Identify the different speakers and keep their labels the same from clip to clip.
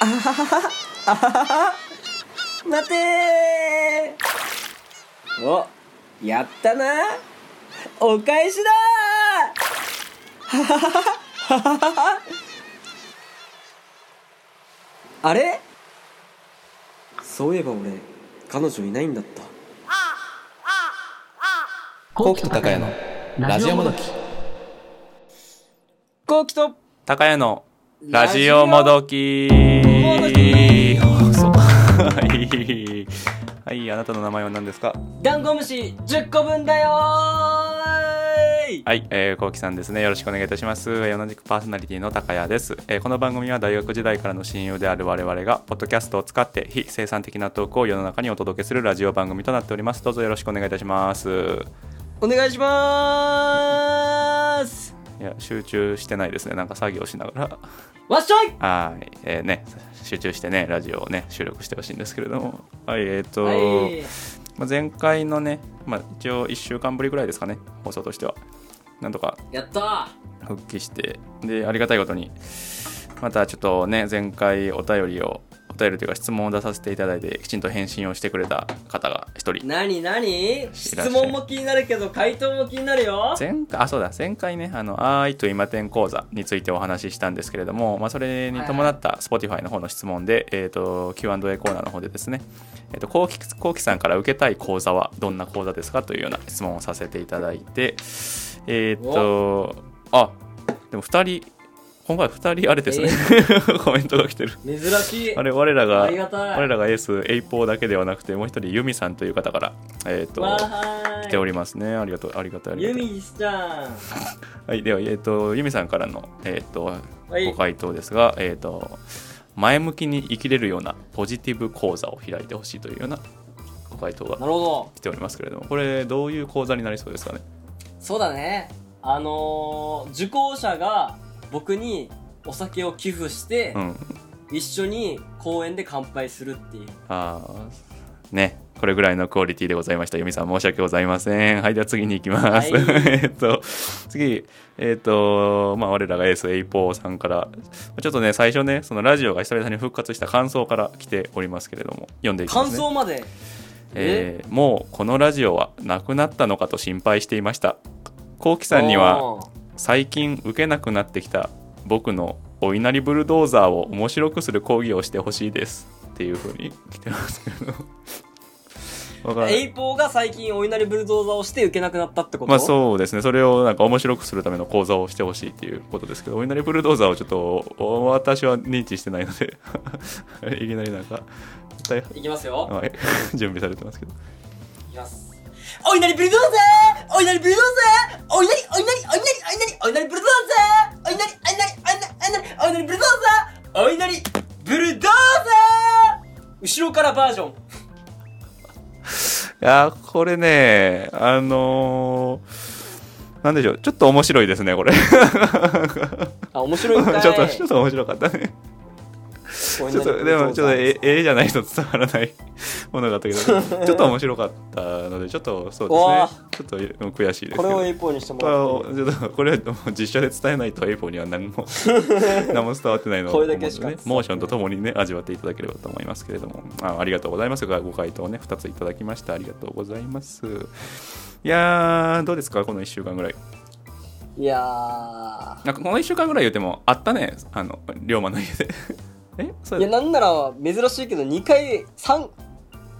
Speaker 1: あはははあははは待てーおやったなお返しだーははははははは あれそういえば俺彼女いないんだった
Speaker 2: コウキと高谷のラジオもどき。
Speaker 1: こうきと
Speaker 3: 高谷のラジオもどきも
Speaker 1: どき
Speaker 3: はい はいあなたの名前は何ですか
Speaker 1: ダンゴムシ10個分だよーい
Speaker 3: はい、えー、こうきさんですね。よろしくお願いいたします。えー同じくパーソナリティの高谷です、えーこの番組は大学時代からの親友である我々が、ポッドキャストを使って非生産的なトークを世の中にお届けするラジオ番組となっております。どうぞよろしくお願いいたします。
Speaker 1: お願いしまーす
Speaker 3: いや、集中してないですね。なんか作業しながら。
Speaker 1: わっしょい
Speaker 3: はい、えーね、集中してね、ラジオをね、収録してほしいんですけれども。はい、えっ、と、
Speaker 1: はい
Speaker 3: まあ、前回のね、まあ、一応1週間ぶりぐらいですかね、放送としては。なんとか
Speaker 1: やった
Speaker 3: 復帰してでありがたいことにまたちょっとね前回お便りをお便りというか質問を出させていただいてきちんと返信をしてくれた方が一人
Speaker 1: なになに
Speaker 3: 知らっしゃ
Speaker 1: 質
Speaker 3: い
Speaker 1: 問も気になるけど回答も気になるよ
Speaker 3: 前回あそうだ前回ね「あの愛と今天講座」についてお話ししたんですけれども、まあ、それに伴った Spotify の方の質問で、えー、と Q&A コーナーの方でですねえっとこうきこうきさんから受けたい講座はどんな講座ですかというような質問をさせていただいてえっ、とあでも2人今回2人あれですね、 コメントが来てる
Speaker 1: 珍しい
Speaker 3: あれ我らが
Speaker 1: ありがたい
Speaker 3: 我らがエースエイポーだけではなくてもう一人ユミさんという方からえっ、と
Speaker 1: わー
Speaker 3: 来てお
Speaker 1: い
Speaker 3: りますねありがとうありがとうありが
Speaker 1: ユ
Speaker 3: とう
Speaker 1: ミちゃん
Speaker 3: はいではえっ、とユミさんからのえっ、と
Speaker 1: はい
Speaker 3: ご回答ですがえっ、と前向きに生きれるようなポジティブ講座を開いてほしいというようなご回答
Speaker 1: な
Speaker 3: が
Speaker 1: るほど
Speaker 3: 来ておりますけれどもこれどういう講座になりそうですかね
Speaker 1: そうだねあのー、受講者が僕にお酒を寄付して、
Speaker 3: うん
Speaker 1: 一緒に公園で乾杯するっていう
Speaker 3: ああねこれぐらいのクオリティでございました。由美さん、申し訳ございません。はい、では次に行きます。
Speaker 1: はい
Speaker 3: えっと、次、えっと、まあ、我らがエース、エイポーさんから、ちょっとね、最初ね、そのラジオが久々に復活した感想から来ておりますけれども、読んでいきま
Speaker 1: 感
Speaker 3: すね。
Speaker 1: 想まで
Speaker 3: えーもうこのラジオはなくなったのかと心配していました。こうきさんには、
Speaker 1: おー
Speaker 3: 最近受けなくなってきた僕のお稲荷ブルドーザーを面白くする講義をしてほしいですっていうふうに来てますけ どわからない
Speaker 1: エイポーが最近お稲荷ブルドーザーをして受けなくなったってこと
Speaker 3: まあそうですねそれをなんか面白くするための講座をしてほしいっていうことですけどお稲荷ブルドーザーをちょっとお私は認知してないので いきなりなんか大
Speaker 1: いきますよ、
Speaker 3: はい 準備されてますけど
Speaker 1: いきますお稲荷ブルドーザーお稲荷ブルドーザーお稲荷お稲荷お稲荷お稲荷お稲荷ブルドーザーお稲荷お稲荷お稲荷お稲荷お稲荷ブルドーザーお稲荷ブルドーザー後ろからバージョン
Speaker 3: いやーこれねあのーなんでしょうちょっと面白いですねこれち
Speaker 1: あ面白いん かい
Speaker 3: ょっと ちょっと面白かったね
Speaker 1: お稲荷
Speaker 3: ちょっ
Speaker 1: ブ
Speaker 3: とで
Speaker 1: ルドーザー
Speaker 3: もちょっと絵絵じゃないと伝わらない ものがあったけどちょっと面白かったのでちょっとそう
Speaker 1: うわ
Speaker 3: ですねちょっと悔しいですけど
Speaker 1: これをエイポーにしても
Speaker 3: これ
Speaker 1: らって
Speaker 3: をちょっとこれはもう実写で伝えないとエイポには 何も何も伝わってないのを
Speaker 1: こ
Speaker 3: 思う
Speaker 1: れ
Speaker 3: の
Speaker 1: だ
Speaker 3: で、
Speaker 1: けしか
Speaker 3: ね、モーションとともにね味わっていただければと思いますけれどもあありがとうございますがご回答ね2ついただきましたありがとうございますいやーどうですかこの1週間ぐらい
Speaker 1: いやー
Speaker 3: なんかこの1週間ぐらい言うてもあったねあの龍馬の家で えそう
Speaker 1: い
Speaker 3: だ
Speaker 1: やなんなら珍しいけど2回3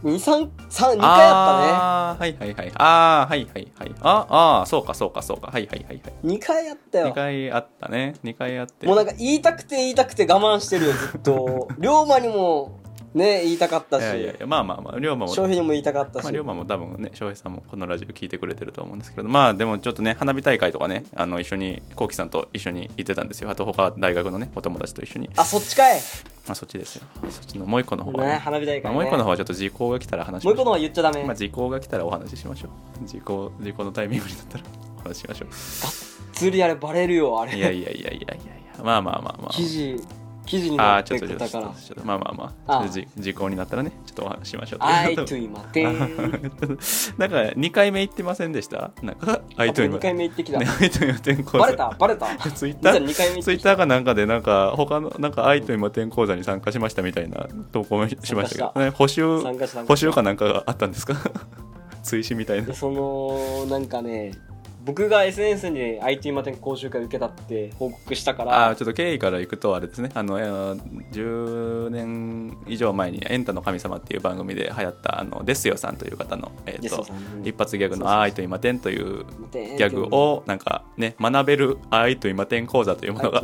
Speaker 1: 2三三二回あっ
Speaker 3: あーはいはいはいあーはいはいはいああーそうかそうかそうかはいはいはいはい
Speaker 1: たね2回あった
Speaker 3: 2
Speaker 1: よ
Speaker 3: 回あったね2回あって
Speaker 1: もうなんか言いたくて言いたくて我慢してるよずっ と龍馬にもね言いたかった
Speaker 3: い
Speaker 1: し
Speaker 3: やいやいやまあまあまあ龍馬も
Speaker 1: 翔平にも言いたかったし、
Speaker 3: まあ、龍馬も多分ね翔平さんもこのラジオ聞いてくれてると思うんですけどまあでもちょっとね花火大会とかねあの一緒にこうきさんと一緒に行ってたんですよあと他大学のねお友達と一緒に、
Speaker 1: あそっちかい
Speaker 3: まあ、そっちですよそっちのもう一個の方は、
Speaker 1: ね
Speaker 3: ね
Speaker 1: 花火大会、ね
Speaker 3: まあもう一個の方はちょっと時効が来たら話し
Speaker 1: もう一
Speaker 3: ましょ
Speaker 1: 個
Speaker 3: う
Speaker 1: のは言っちゃダメ、
Speaker 3: まあ時効が来たらお話ししましょう時効時効のタイミングになったらお話ししましょう
Speaker 1: 釣りあれバレるよあれ
Speaker 3: いやいやいやいやいやいやまあまあまあまあ
Speaker 1: 記事記事に
Speaker 3: あ
Speaker 1: な
Speaker 3: あ、
Speaker 1: っ
Speaker 3: ちょ
Speaker 1: て
Speaker 3: っとち
Speaker 1: く
Speaker 3: ょっと
Speaker 1: だ
Speaker 3: ちょ
Speaker 1: から
Speaker 3: っ。とまあまあま
Speaker 1: あ
Speaker 3: あ、
Speaker 1: あ
Speaker 3: ちょっと時時効になったらね、ちょっとお話ししましょう。
Speaker 1: I
Speaker 3: と
Speaker 1: to
Speaker 3: いう
Speaker 1: you 待てー。
Speaker 3: なんか2回目言ってませんでしたなんか、I と
Speaker 1: 2回目行ってきた
Speaker 3: ね。、I と今天講
Speaker 1: バレ
Speaker 3: 座。
Speaker 1: たバレた
Speaker 3: ツイッタ
Speaker 1: 実は
Speaker 3: ー
Speaker 1: 2回目行っ
Speaker 3: ツイ
Speaker 1: て
Speaker 3: ッ
Speaker 1: きた
Speaker 3: ターかなんかでなんか他のなんか愛と今天講座に参加しましたみたいな投稿もししましたけど、ね、補修
Speaker 1: 参加した参
Speaker 3: 補
Speaker 1: 加し
Speaker 3: 修かなんかがあったんですか 追試みたい
Speaker 1: た
Speaker 3: な
Speaker 1: でそのなんかね僕が SNS に IT マテン講習会受けたって報告したか
Speaker 3: あ
Speaker 1: ら
Speaker 3: ーちょっと経緯からいくとあれですねあのえー10年以上前に「エンタの神様」っていう番組で流行ったあのデスヨさんという方の、えー
Speaker 1: ゲス
Speaker 3: と
Speaker 1: トさんに
Speaker 3: 一発ギャグ
Speaker 1: そうそうそ
Speaker 3: の
Speaker 1: う
Speaker 3: 「愛と今天」という
Speaker 1: ギ
Speaker 3: ギャグをなんかね学べる「愛と今天講座」というものが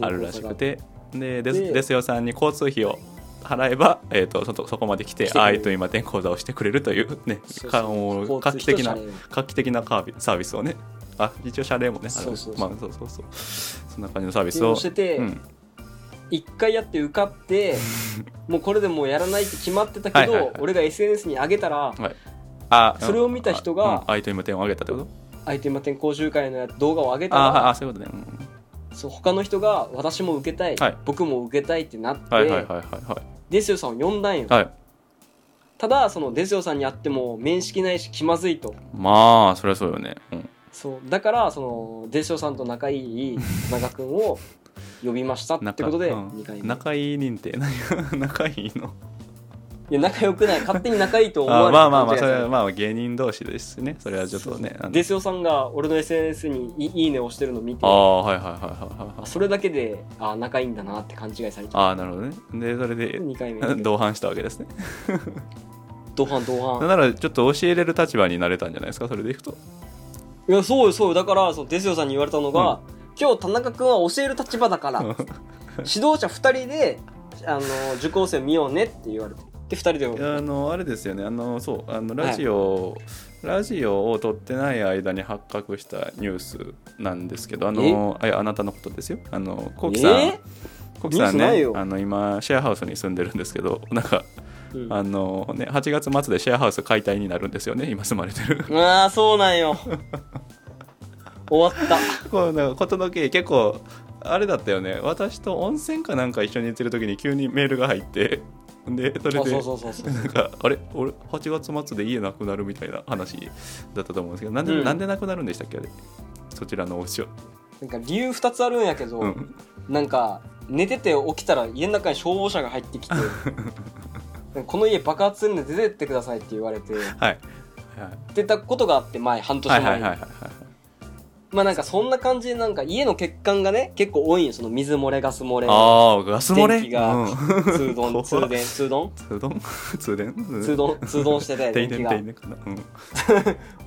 Speaker 3: あるらしくてでで
Speaker 1: で
Speaker 3: ですよさんに交通費を払えば、えー、とそそこまで来
Speaker 1: 来
Speaker 3: て
Speaker 1: てくれる
Speaker 3: 愛と今天講座をしてくれるというね
Speaker 1: そうそう
Speaker 3: かもう画期的な画期的なカービサービスをねあ一応謝礼もねあ
Speaker 1: そ
Speaker 3: る
Speaker 1: うそうそう
Speaker 3: まあそうそうそうそんな感じのサービス
Speaker 1: そ
Speaker 3: を
Speaker 1: うしてて、
Speaker 3: うん、
Speaker 1: 1回やって受かってもうこれでもうやらないって決まってたけど、
Speaker 3: はいはいはい
Speaker 1: 俺が SNS に上げたら
Speaker 3: あ
Speaker 1: それを見た人が
Speaker 3: うん愛と今天をあげたってこと
Speaker 1: 相手マテン講習会のや動画を上げた
Speaker 3: ああ
Speaker 1: ら
Speaker 3: あそういうことね、うん
Speaker 1: そう他の人が私も受けたい、
Speaker 3: はい
Speaker 1: 僕も受けたいってなって、
Speaker 3: はいはいはいはい
Speaker 1: デスヨさんを呼んだんよ、
Speaker 3: はいはい
Speaker 1: ただそのデスヨさんに会っても面識ないし気まずいと
Speaker 3: まあそれはそうよね、うん、
Speaker 1: そうだからそのデスヨさんと仲いい長くんを呼びましたってことで
Speaker 3: 仲うん
Speaker 1: 2回目、
Speaker 3: 仲いい認定何が 仲いいの
Speaker 1: いや仲良くない勝手に仲いいと思われ
Speaker 3: あ
Speaker 1: て
Speaker 3: まあまあまあそれ
Speaker 1: る
Speaker 3: はまあ芸人同士ですしねそれはちょっとねあの
Speaker 1: デスヨさんが俺の SNS にいいいねを押してるの見て
Speaker 3: ああはいはいはいはいはいはい
Speaker 1: それだけであ仲いいんだなって勘違いされちゃ
Speaker 3: ああなるほどねでそれで
Speaker 1: う2回 目
Speaker 3: 同伴したわけですね
Speaker 1: 同伴同
Speaker 3: なん
Speaker 1: 伴
Speaker 3: ならちょっと教えれる立場になれたんじゃないですかそれでいくと
Speaker 1: いやそうよそうよだからそのデスヨさんに言われたのが、
Speaker 3: うん
Speaker 1: 今日田中君は教える立場だから指導者2人であの受講生見ようねって言われてで2人で
Speaker 3: いやあのあれですよねあのそうあのラジオ、ラジオを撮ってない間に発覚したニュースなんですけどあのあいやあなたのことですよあのコウキさん、
Speaker 1: え
Speaker 3: コウキさ
Speaker 1: ニュー
Speaker 3: ん
Speaker 1: スない
Speaker 3: ね
Speaker 1: よ
Speaker 3: あの今シェアハウスに住んでるんですけどなんか
Speaker 1: うん
Speaker 3: あのね8月末でシェアハウス解体になるんですよね今住まれて る
Speaker 1: ああそうなん よ終わった
Speaker 3: こうなんか事の経緯結構あれだったよね私と温泉かなんか一緒に行ってる時に急にメールが入ってでそれ
Speaker 1: あ
Speaker 3: で
Speaker 1: そうそうそうそう
Speaker 3: なんかあれ俺8月末で家なくなるみたいな話だったと思うんですけどなんで,、
Speaker 1: うん
Speaker 3: なんでなくなるんでしたっけあれそちらのお家は、
Speaker 1: なんか理由2つあるんやけど、
Speaker 3: うん、
Speaker 1: なんか寝てて起きたら家の中に消防車が入ってき てこの家爆発するんで出てってくださいって言われて
Speaker 3: はいはい
Speaker 1: 出たことがあって前半年
Speaker 3: は
Speaker 1: 前
Speaker 3: い
Speaker 1: に、
Speaker 3: はいはいはいはい
Speaker 1: まあなんかそんな感じでなんか家の欠陥がね結構多いんよその水漏れガス漏れ
Speaker 3: ああガス漏れ
Speaker 1: 電気が 通
Speaker 3: 怖
Speaker 1: 電
Speaker 3: っ
Speaker 1: 通電通電
Speaker 3: うん、通電通電
Speaker 1: 通電通電してて 電
Speaker 3: 停
Speaker 1: 気
Speaker 3: 電
Speaker 1: が
Speaker 3: 停電かなうん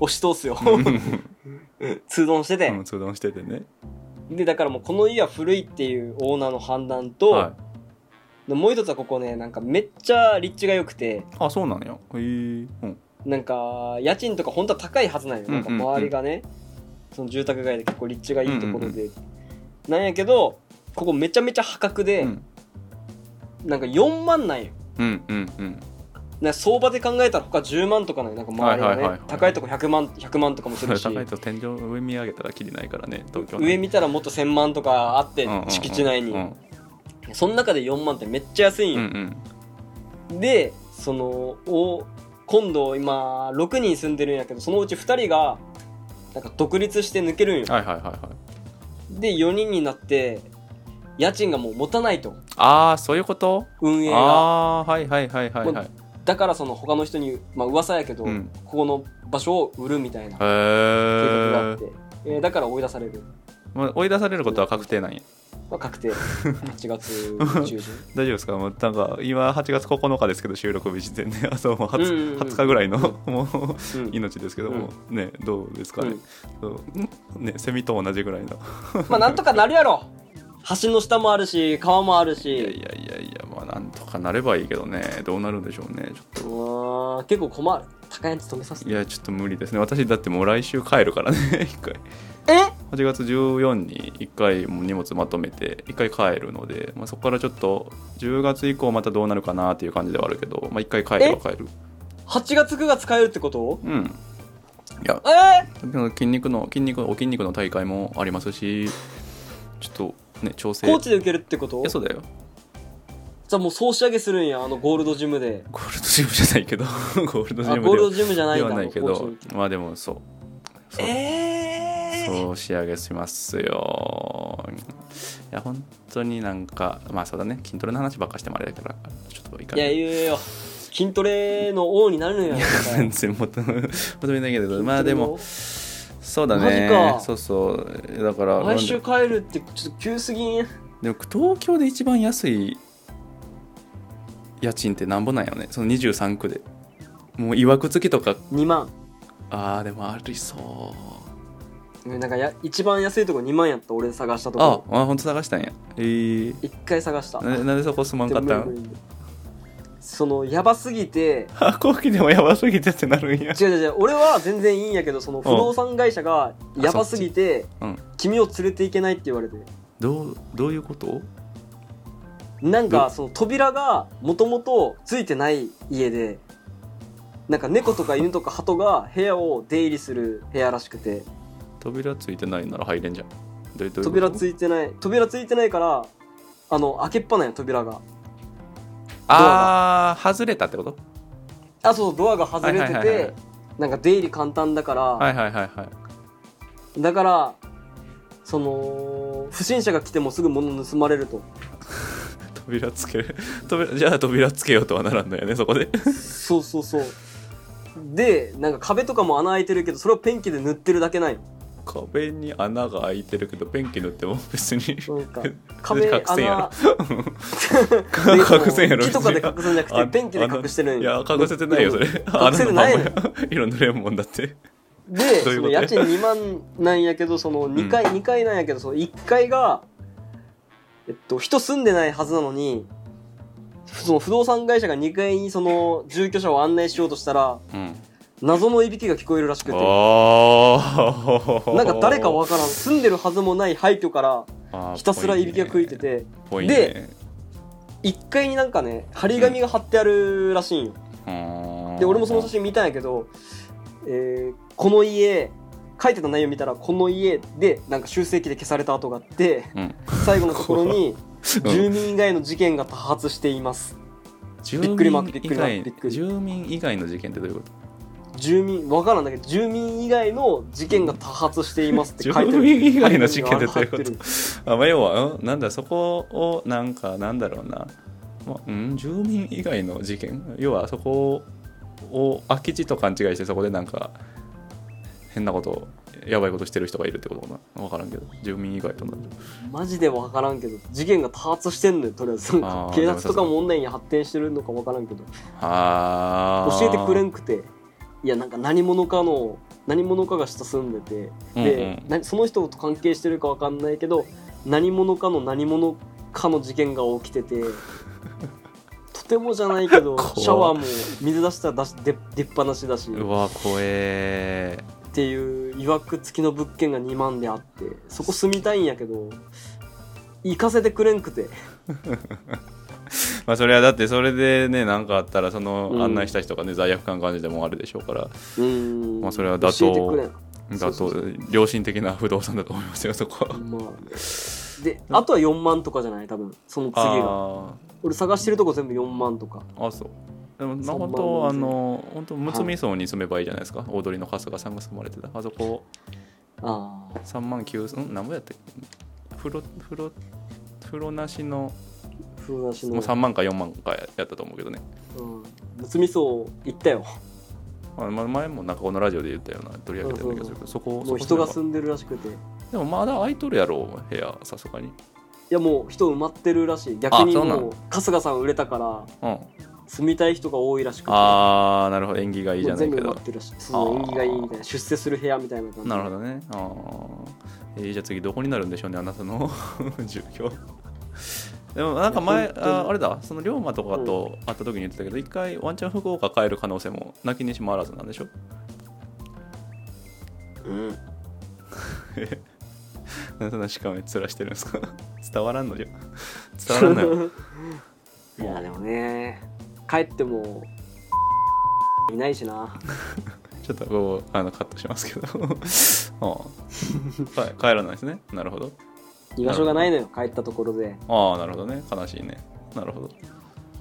Speaker 1: 押し通すよ 通電して
Speaker 3: う
Speaker 1: て
Speaker 3: ん、通電しててね
Speaker 1: でだからもうこの家は古いっていうオーナーの判断と、
Speaker 3: はい
Speaker 1: でもう一つはここねなんかめっちゃ立地が良くて
Speaker 3: あそうなのよへえうん
Speaker 1: なんか家賃とか本当は高いはずなんよ、なんか
Speaker 3: うんうんうん
Speaker 1: 周りがねその住宅街で結構立地がいいところで、なんやけどここめちゃめちゃ破格で、
Speaker 3: うん
Speaker 1: なんか4万なんよ
Speaker 3: うんうんうん
Speaker 1: なんか相場で考えたら他10万とかなんよなんか周りがね、
Speaker 3: はいはいはいはい
Speaker 1: 高いとこ100万100万とかもす
Speaker 3: それ
Speaker 1: るし
Speaker 3: 高いと天井上見上げたらきりないからね東京
Speaker 1: 上見たらもっと1000万とかあって、
Speaker 3: うんうんうん
Speaker 1: 敷地内に、
Speaker 3: うん
Speaker 1: その中で4万ってめっちゃ安いん
Speaker 3: うんう
Speaker 1: よ、
Speaker 3: ん
Speaker 1: でそのお今度今6人住んでるんやけどそのうち2人がなんか独立して抜けるんよ
Speaker 3: はいはいはいはい
Speaker 1: で4人になって家賃がもう持たないと
Speaker 3: ああそういうこと
Speaker 1: 運営が
Speaker 3: ああーはいはいはいはいはいへ
Speaker 1: だからその他の人にまあ噂やけど、
Speaker 3: うん
Speaker 1: ここの場所を売るみたいな計画があ
Speaker 3: え
Speaker 1: って、えーだから追い出される、
Speaker 3: 追い出されることは確定なんや
Speaker 1: まあ、確 定8月中旬
Speaker 3: 大丈夫ですかもうなんか今8月9日ですけど収録日時点で あともう 20,、
Speaker 1: うんうんうん
Speaker 3: 20日ぐらいのもう
Speaker 1: うん
Speaker 3: 命ですけども、ねどうですかね,そう、ねセミと同じぐらいの
Speaker 1: うんまあなんとかなるやろ橋の下もあるし川もある
Speaker 3: いやい
Speaker 1: し
Speaker 3: やいやいやまあなんとかなればいいけどねどうなるんでしょうねちょっ
Speaker 1: うーん結構困る高いやつ止めさせ
Speaker 3: と
Speaker 1: て
Speaker 3: いやちょっと無理ですね私だってもう来週帰るからね 一回
Speaker 1: え
Speaker 3: 8月14に1回もう荷物まとめて1回帰るので、まあ、そこからちょっと10月以降またどうなるかなっていう感じではあるけど、まあ、1回帰るは帰る
Speaker 1: 8月9月買えるってこと
Speaker 3: うんいや
Speaker 1: えー、
Speaker 3: でも筋肉の筋肉お筋肉の大会もありますしちょっとね調整
Speaker 1: 高知で受けるってこと
Speaker 3: いやそうだよ
Speaker 1: じゃあもう総仕上げするんや、あのゴールドジムで。
Speaker 3: ゴールドジムじゃないけど ゴールドジ
Speaker 1: あ、
Speaker 3: ム
Speaker 1: ゴールド
Speaker 3: で
Speaker 1: ジムじゃない
Speaker 3: で
Speaker 1: ん
Speaker 3: は
Speaker 1: だ。
Speaker 3: ないけ
Speaker 1: もうコ
Speaker 3: ど
Speaker 1: ーチ
Speaker 3: まあでもそうそう,、
Speaker 4: えー、
Speaker 3: そう仕上げしますよいや本当になんかまあそうだね筋トレの話ばっかしてもあれだからちょっといいか
Speaker 1: いや
Speaker 3: ない
Speaker 1: やいや筋トレの王になるのよ。
Speaker 3: 全然求 め求めないけど まあでも。そうだ
Speaker 1: マジ
Speaker 3: ね
Speaker 1: か
Speaker 3: そうそうだから
Speaker 1: 毎週帰るってちょっと急すぎん。
Speaker 3: でも東京で一番安い家賃ってなんぼなんよねその23区でもういわくつきとか
Speaker 1: 2万。
Speaker 3: あーでもありそう
Speaker 1: うんなんかや一番安いとこ2万やった俺探したと
Speaker 3: あ
Speaker 1: こ。
Speaker 3: あほんと探したんやえー、
Speaker 1: 一回探した。
Speaker 3: ななんでそこすまんかった
Speaker 1: でも無
Speaker 3: ん
Speaker 1: 理無理そのやばすぎて
Speaker 3: あ後期でもやばすぎてってなるんや
Speaker 1: 違う違う違う俺は全然いいんやけどその不動産会社がやばすぎて
Speaker 3: うん
Speaker 1: 君を連れていけないって言われて
Speaker 3: どうどういうこと
Speaker 1: なん
Speaker 3: う
Speaker 1: かその扉がもともとついてない家でなんか猫とか犬とか鳩が部屋を出入りする部屋らしくて
Speaker 3: 扉ついてないなら入れんじゃんどういうどういうこと
Speaker 1: 扉ついてない扉ついてないからあの開けっぱなんや扉が
Speaker 3: ああ外れたってこと
Speaker 1: あそうドアが外れて
Speaker 3: はいはいはいは
Speaker 1: て
Speaker 3: い
Speaker 1: なんか出入り簡単だから、
Speaker 3: はいはいはいはい
Speaker 1: だからその不審者が来てもすぐ物盗まれると
Speaker 3: 扉つける 扉じゃあ扉つけようとはならんのやねそ こで
Speaker 1: そうそうそうでなんか壁とかも穴開いてるけどそれをペンキで塗ってるだけない
Speaker 3: 壁に穴が開いてるけどペンキ塗っても別に
Speaker 1: なん か
Speaker 3: 隠
Speaker 1: 壁
Speaker 3: せんやろ
Speaker 1: 穴
Speaker 3: か 隠せんやろ
Speaker 1: 木とかで
Speaker 3: 別に
Speaker 1: 隠すんじゃなくてペンキで隠してるん
Speaker 3: いや隠せてないよそれ
Speaker 1: 隠せてない
Speaker 3: 穴のまんまや色塗れんもん だって
Speaker 1: で
Speaker 3: どう
Speaker 1: そ
Speaker 3: いう
Speaker 1: の
Speaker 3: こと
Speaker 1: 家賃2万なんやけどその2階、二階なんやけどその1階がえっと人住んでないはずなのにその不動産会社が2階にその住居者を案内しようとしたら
Speaker 3: うん
Speaker 1: 謎のいびきが聞こえるらしくてなんか誰かわからん住んでるはずもない廃墟から
Speaker 3: あー
Speaker 1: ひたすらいびきが食いてて
Speaker 3: ぽいね
Speaker 1: で1階になんかね張り紙が貼ってあるらしいんよ
Speaker 3: うーん
Speaker 1: で俺もその写真見たんやけど、えーこの家書いてた内容見たらこの家でなんか修正機で消された跡があ って
Speaker 3: うん
Speaker 1: 最後のところに
Speaker 3: うん
Speaker 1: 住民以外の事件が多発しています
Speaker 3: 住
Speaker 1: びっくりマークびっくりマークびっくり
Speaker 3: 住民以外の事件ってどういうこと
Speaker 1: 住民わからんだけど住民以外の事件が多発していますって書いてる
Speaker 3: 住民以外の事件ってどういうこと
Speaker 1: 貼る
Speaker 3: あまあ要はうんなんだそこをなんかなんだろうな、まあ、うん住民以外の事件要はそこを空き地と勘違いしてそこでなんか変なことやばいことしてる人がいるってことかな分からんけど住民以外となんだ
Speaker 1: マジでわからんけど事件が多発してんのよとりあえずなん
Speaker 3: あ
Speaker 1: か
Speaker 3: ー
Speaker 1: 警察とかもオンラインに発展してるのかわからんけど
Speaker 3: あー
Speaker 1: 教えてくれんくていやなんか何者かの何者かが下住んでてで、
Speaker 3: うん
Speaker 1: なその人と関係してるかわかんないけど何者かの何者かの事件が起きて てとてもじゃないけど
Speaker 3: 怖っ
Speaker 1: シャワーも水出したら出し出出っ放しだし
Speaker 3: うん、う
Speaker 1: っ
Speaker 3: わ怖え
Speaker 1: ていういわくつきの物件が2万であってそこ住みたいんやけど行かせてくれんくて
Speaker 3: まあそれはだってそれでね何かあったらそ
Speaker 1: うん
Speaker 3: の案内した人がね、罪悪感感じてもあるでしょうから
Speaker 1: うーん
Speaker 3: まあそれは妥当
Speaker 1: 教えてくれんそ
Speaker 3: だ
Speaker 1: うそうそ
Speaker 3: と良心的な不動産だと思いますよ そこは。
Speaker 1: まあであとは4万とかじゃない多分その次が
Speaker 3: あ
Speaker 1: 俺探してるとこ全部4万とか
Speaker 3: ーあそうでも
Speaker 1: 三万
Speaker 3: 本当
Speaker 1: 四千
Speaker 3: あの本当むつみ荘に住めばいいじゃないですか、大鳥の春日さんが住まれてたあそこ
Speaker 1: ああ
Speaker 3: 3万9000ん何ぼやったっけ風呂風呂風呂なしの
Speaker 1: 風なしの
Speaker 3: もう3万か4万かやったと思うけどね
Speaker 1: うんむつみそう行ったよ
Speaker 3: あま前もなんかこのラジオで言ったような取り上げてるんだけどそこ
Speaker 1: もう人が
Speaker 3: そこ
Speaker 1: 住んでるらしくてい
Speaker 3: 住めばでもまだ空いとるやろ部屋さすがに
Speaker 1: やもう人埋まってるらしい逆に
Speaker 3: そうな
Speaker 1: も
Speaker 3: の
Speaker 1: う春日さん売れたから
Speaker 3: うん
Speaker 1: 住みたい人が多いらしくて
Speaker 3: ああなるほど縁起がいいじ
Speaker 1: も
Speaker 3: ゃ
Speaker 1: う
Speaker 3: ない
Speaker 1: 全
Speaker 3: け
Speaker 1: 部埋ま
Speaker 3: ど
Speaker 1: ってるらしいそう
Speaker 3: あー
Speaker 1: 縁起がいいみたいな出世する部屋みたいな感じ
Speaker 3: なるほどねあー、えーじゃあ次どこになるんでしょうねあなたの 住居でもなんか
Speaker 1: い
Speaker 3: 前
Speaker 1: や本当に
Speaker 3: ああれだその龍馬とかと会った時に言ってたけど一回ワンチャン福岡帰る可能性もなきにしもあらずなんでしょ
Speaker 1: うん
Speaker 3: なんでそんなしかめつらしてるんですか 伝わらんのじゃ伝わらんのよ
Speaker 1: いやでもね帰ってもいない しな
Speaker 3: ちょっとこうあのカットしますけど うん帰帰らないですねなるほど
Speaker 1: 居場所がないのよ帰ったところで
Speaker 3: ああなるほどね悲しいねなるほど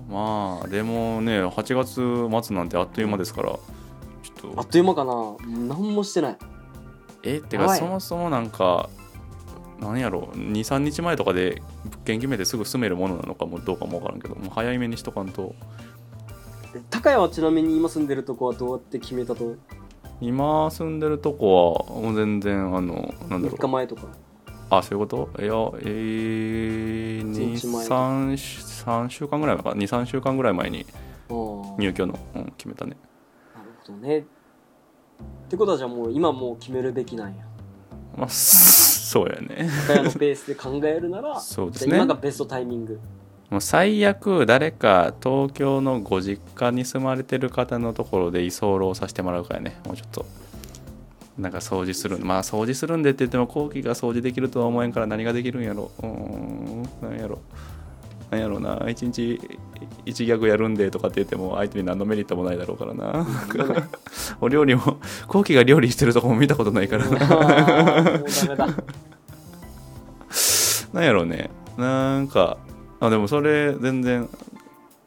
Speaker 3: まあでもね8月末なんてあっという間ですからちょっ
Speaker 1: あっ
Speaker 3: と
Speaker 1: という間かな何もしてない
Speaker 3: えって
Speaker 1: やば
Speaker 3: か
Speaker 1: い
Speaker 3: そもそもなんか何やろ23日前とかで物件決めてすぐ住めるものなのかもどうかもわからんけどもう早めにしとかんと
Speaker 1: で高谷はちなみに今住んでるとこはどうやって決めたと
Speaker 3: 今住んでるとこはもう全然あのなんだ
Speaker 1: 3
Speaker 3: ろう
Speaker 1: 日前とか
Speaker 3: あそういうこといやえー、
Speaker 1: 一日前
Speaker 3: 23三週間ぐらい前か23週間ぐらい前に
Speaker 1: あー
Speaker 3: 入居の、うん、決めたね
Speaker 1: なるほどねってことはじゃあもう今もう決めるべきなんや
Speaker 3: まあそうやね
Speaker 1: 高谷のペースで考えるなら
Speaker 3: そうです
Speaker 1: じ
Speaker 3: ね
Speaker 1: ゃあ今がベストタイミン グ
Speaker 3: もう最悪誰か東京のご実家に住まれてる方のところで居候させてもらうからねもうちょっとなんか掃除するんまあ掃除するんでって言っても後期が掃除できるとは思えんから何ができるんやろうーん何やろなんやろうな一日一ギャグやるんでとかって言っても相手に何のメリットもないだろうからな お料理も後期が料理してるとこも見たことないからな
Speaker 1: あーもうダメ だ
Speaker 3: なんやろうねなんかあでもそれ全然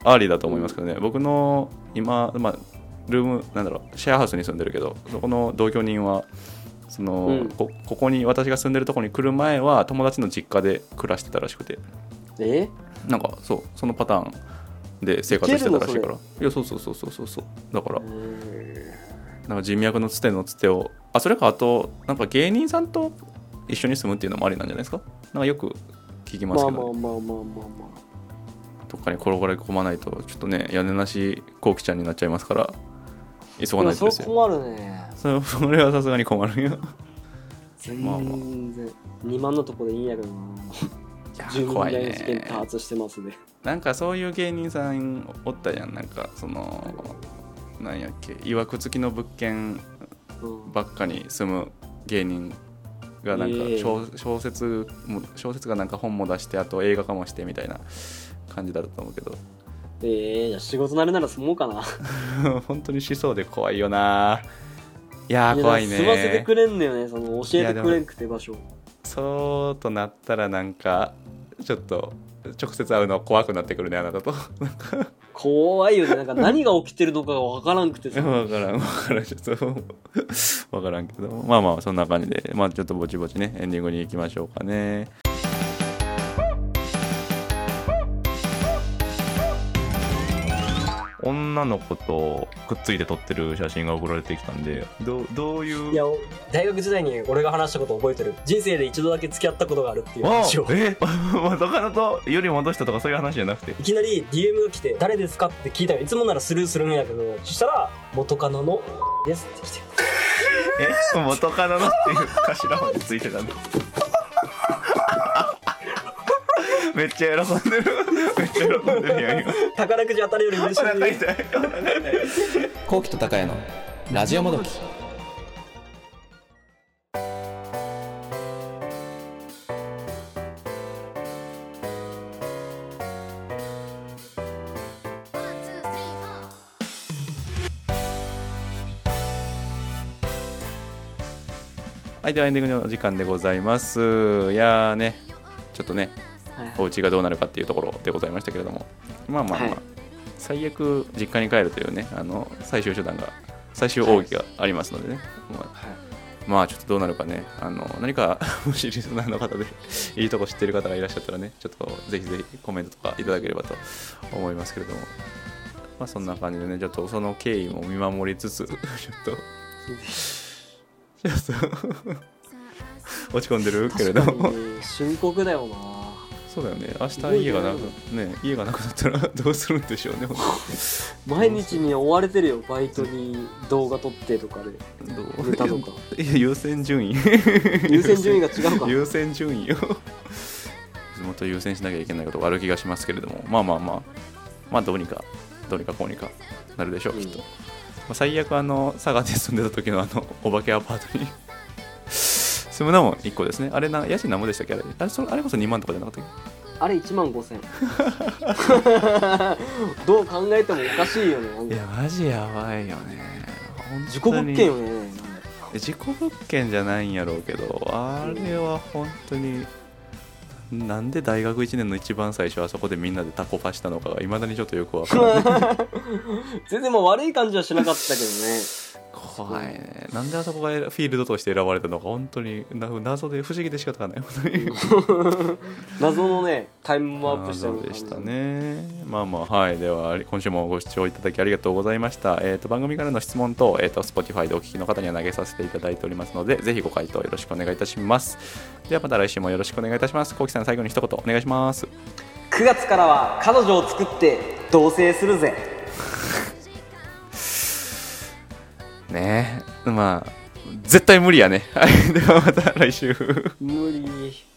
Speaker 3: ありだと思いますけどね、僕の今、まあ、ルームなんだろうシェアハウスに住んでるけどそこの同居人はその、
Speaker 1: うん
Speaker 3: こここに私が住んでるとこに来る前は友達の実家で暮らしてたらしくて
Speaker 1: え
Speaker 3: なんかそうそのパターンで生活してたらしいからいやそうそうそうそうそうそうだからなんか人脈のつてのつてをあそれかあとなんか芸人さんと一緒に住むっていうのもありなんじゃないですかなんかよく聞きま
Speaker 1: ますあ
Speaker 3: けど、
Speaker 1: まあまあまあまあまあ
Speaker 3: どっかに転がり込まないとちょっとね屋根なしこうきちゃんになっちゃいますから急が
Speaker 1: い
Speaker 3: な
Speaker 1: や
Speaker 3: いと
Speaker 1: そ
Speaker 3: で
Speaker 1: れ
Speaker 3: すよ
Speaker 1: 困るね
Speaker 3: それ それはさすがに困るよ
Speaker 1: 全
Speaker 3: まあまあ
Speaker 1: 然2万のとこでいいんやけどない
Speaker 3: や
Speaker 1: 住民
Speaker 3: 怖い
Speaker 1: 大事件多
Speaker 3: ね
Speaker 1: 発してますね
Speaker 3: なんかそういう芸人さんおったやんなんかそのなんやっけいわくつきの物件
Speaker 1: うん
Speaker 3: ばっかに住む芸人がなんか
Speaker 1: ええ
Speaker 3: 小小説も小説がなんか本も出してあと映画化もしてみたいな感じだったと思うけど
Speaker 1: ええじゃあ仕事慣れなら住もうかな
Speaker 3: 本当にしそうで怖いよないやー怖いね
Speaker 1: やだから住ませてくれんのよねその教えてくれんくて場所
Speaker 3: そうとなったらなんかちょっと直接会うの怖くなってくるねあな たと
Speaker 1: 怖いよねなんか何が起きてるのかが分からんく てさ
Speaker 3: 分からん分からんちょっと分からんけどまあまあそんな感じでまあちょっとぼちぼちねエンディングに行きましょうかね女の子とくっついて撮ってる写真が送られてきたんでどうどういう
Speaker 5: いや大学時代に俺が話したこと覚えてる人生で一度だけ付き合ったことがあるっていう
Speaker 3: わあ
Speaker 5: 話を
Speaker 3: え 元カノとより戻したとかそういう話じゃなくて
Speaker 5: いきなり DM が来て「誰ですか?」って聞いたのいつもならスルーするんやけどそしたら「元カノのです」って来 て
Speaker 3: え元カノのっていう頭までついてたんだ めっちゃ喜んでるめっちゃ喜んでるやん今
Speaker 5: 宝くじ当たるより嬉しい
Speaker 3: お腹痛い
Speaker 6: コウキと高谷のラジオもどき
Speaker 3: はいではエンディングのお時間でございますいやーねちょっとねお家がどうなるかっていうところでございましたけれどもまあまあまあ、
Speaker 1: はい
Speaker 3: 最悪実家に帰るというねあの最終手段が最終奥義がありますのでね、まあまあちょっとどうなるかね、あの何か もしリスナーの方で いいとこ知ってる方がいらっしゃったらね、ちょっとぜひぜひコメントとかいただければと思いますけれども、まあそんな感じでね、ちょっとその経緯も見守りつつ、ちょ っと、 ちょっと落ち込んでるけれ
Speaker 1: 確
Speaker 3: ど
Speaker 1: か
Speaker 3: も、
Speaker 1: に深刻だよな
Speaker 3: そうだよね、明日家がなく、ね、家がなくなったらどうするんでしょ うね、本
Speaker 1: 毎日に追われてるよバイトに動画撮ってとかで
Speaker 3: 当にどう
Speaker 1: ネタとか
Speaker 3: いや優先順位。
Speaker 1: 優先順位が違うから
Speaker 3: 優先順位をもっと優先しなきゃいけないことがある気がしますけれどもまあまあまあまあどうにかどうにかこうにかなるでしょうきっと、まあ、最悪あの佐賀で住んでた時のあのお化けアパートに住むのも1個ですねあれな家賃何もでしたっけあれあれそれあれこそ2万とかじゃなかったっけ
Speaker 1: あれ1万5000どう考えてもおかしいよねなんか
Speaker 3: いやマジやばいよね
Speaker 1: 事故物件よね
Speaker 3: 自己物件じゃないんやろうけどあれは本当になんで大学1年の一番最初あそこでみんなでタコパしたのかがいまだにちょっとよくわからない
Speaker 1: 全然もう悪い感じはしなかったけど ね。
Speaker 3: 怖いねなんであそこがフィールドとして選ばれたのか本当にな謎で不思議で仕方がない本当に
Speaker 1: 謎のね、タイムアップしたような
Speaker 3: で
Speaker 1: 感じ
Speaker 3: したねまあまあはいでは今週もご視聴いただきありがとうございました、えー、と番組からの質問と,、えー、と Spotify でお聞きの方には投げさせていただいておりますのでぜひご回答よろしくお願いいたしますではまた来週もよろしくお願いいたしますこうきさん最後に一言お願いします
Speaker 1: 9月からは彼女を作って同棲するぜ。
Speaker 3: ねえまあ絶対無理やねはいではまた来週
Speaker 1: 無理。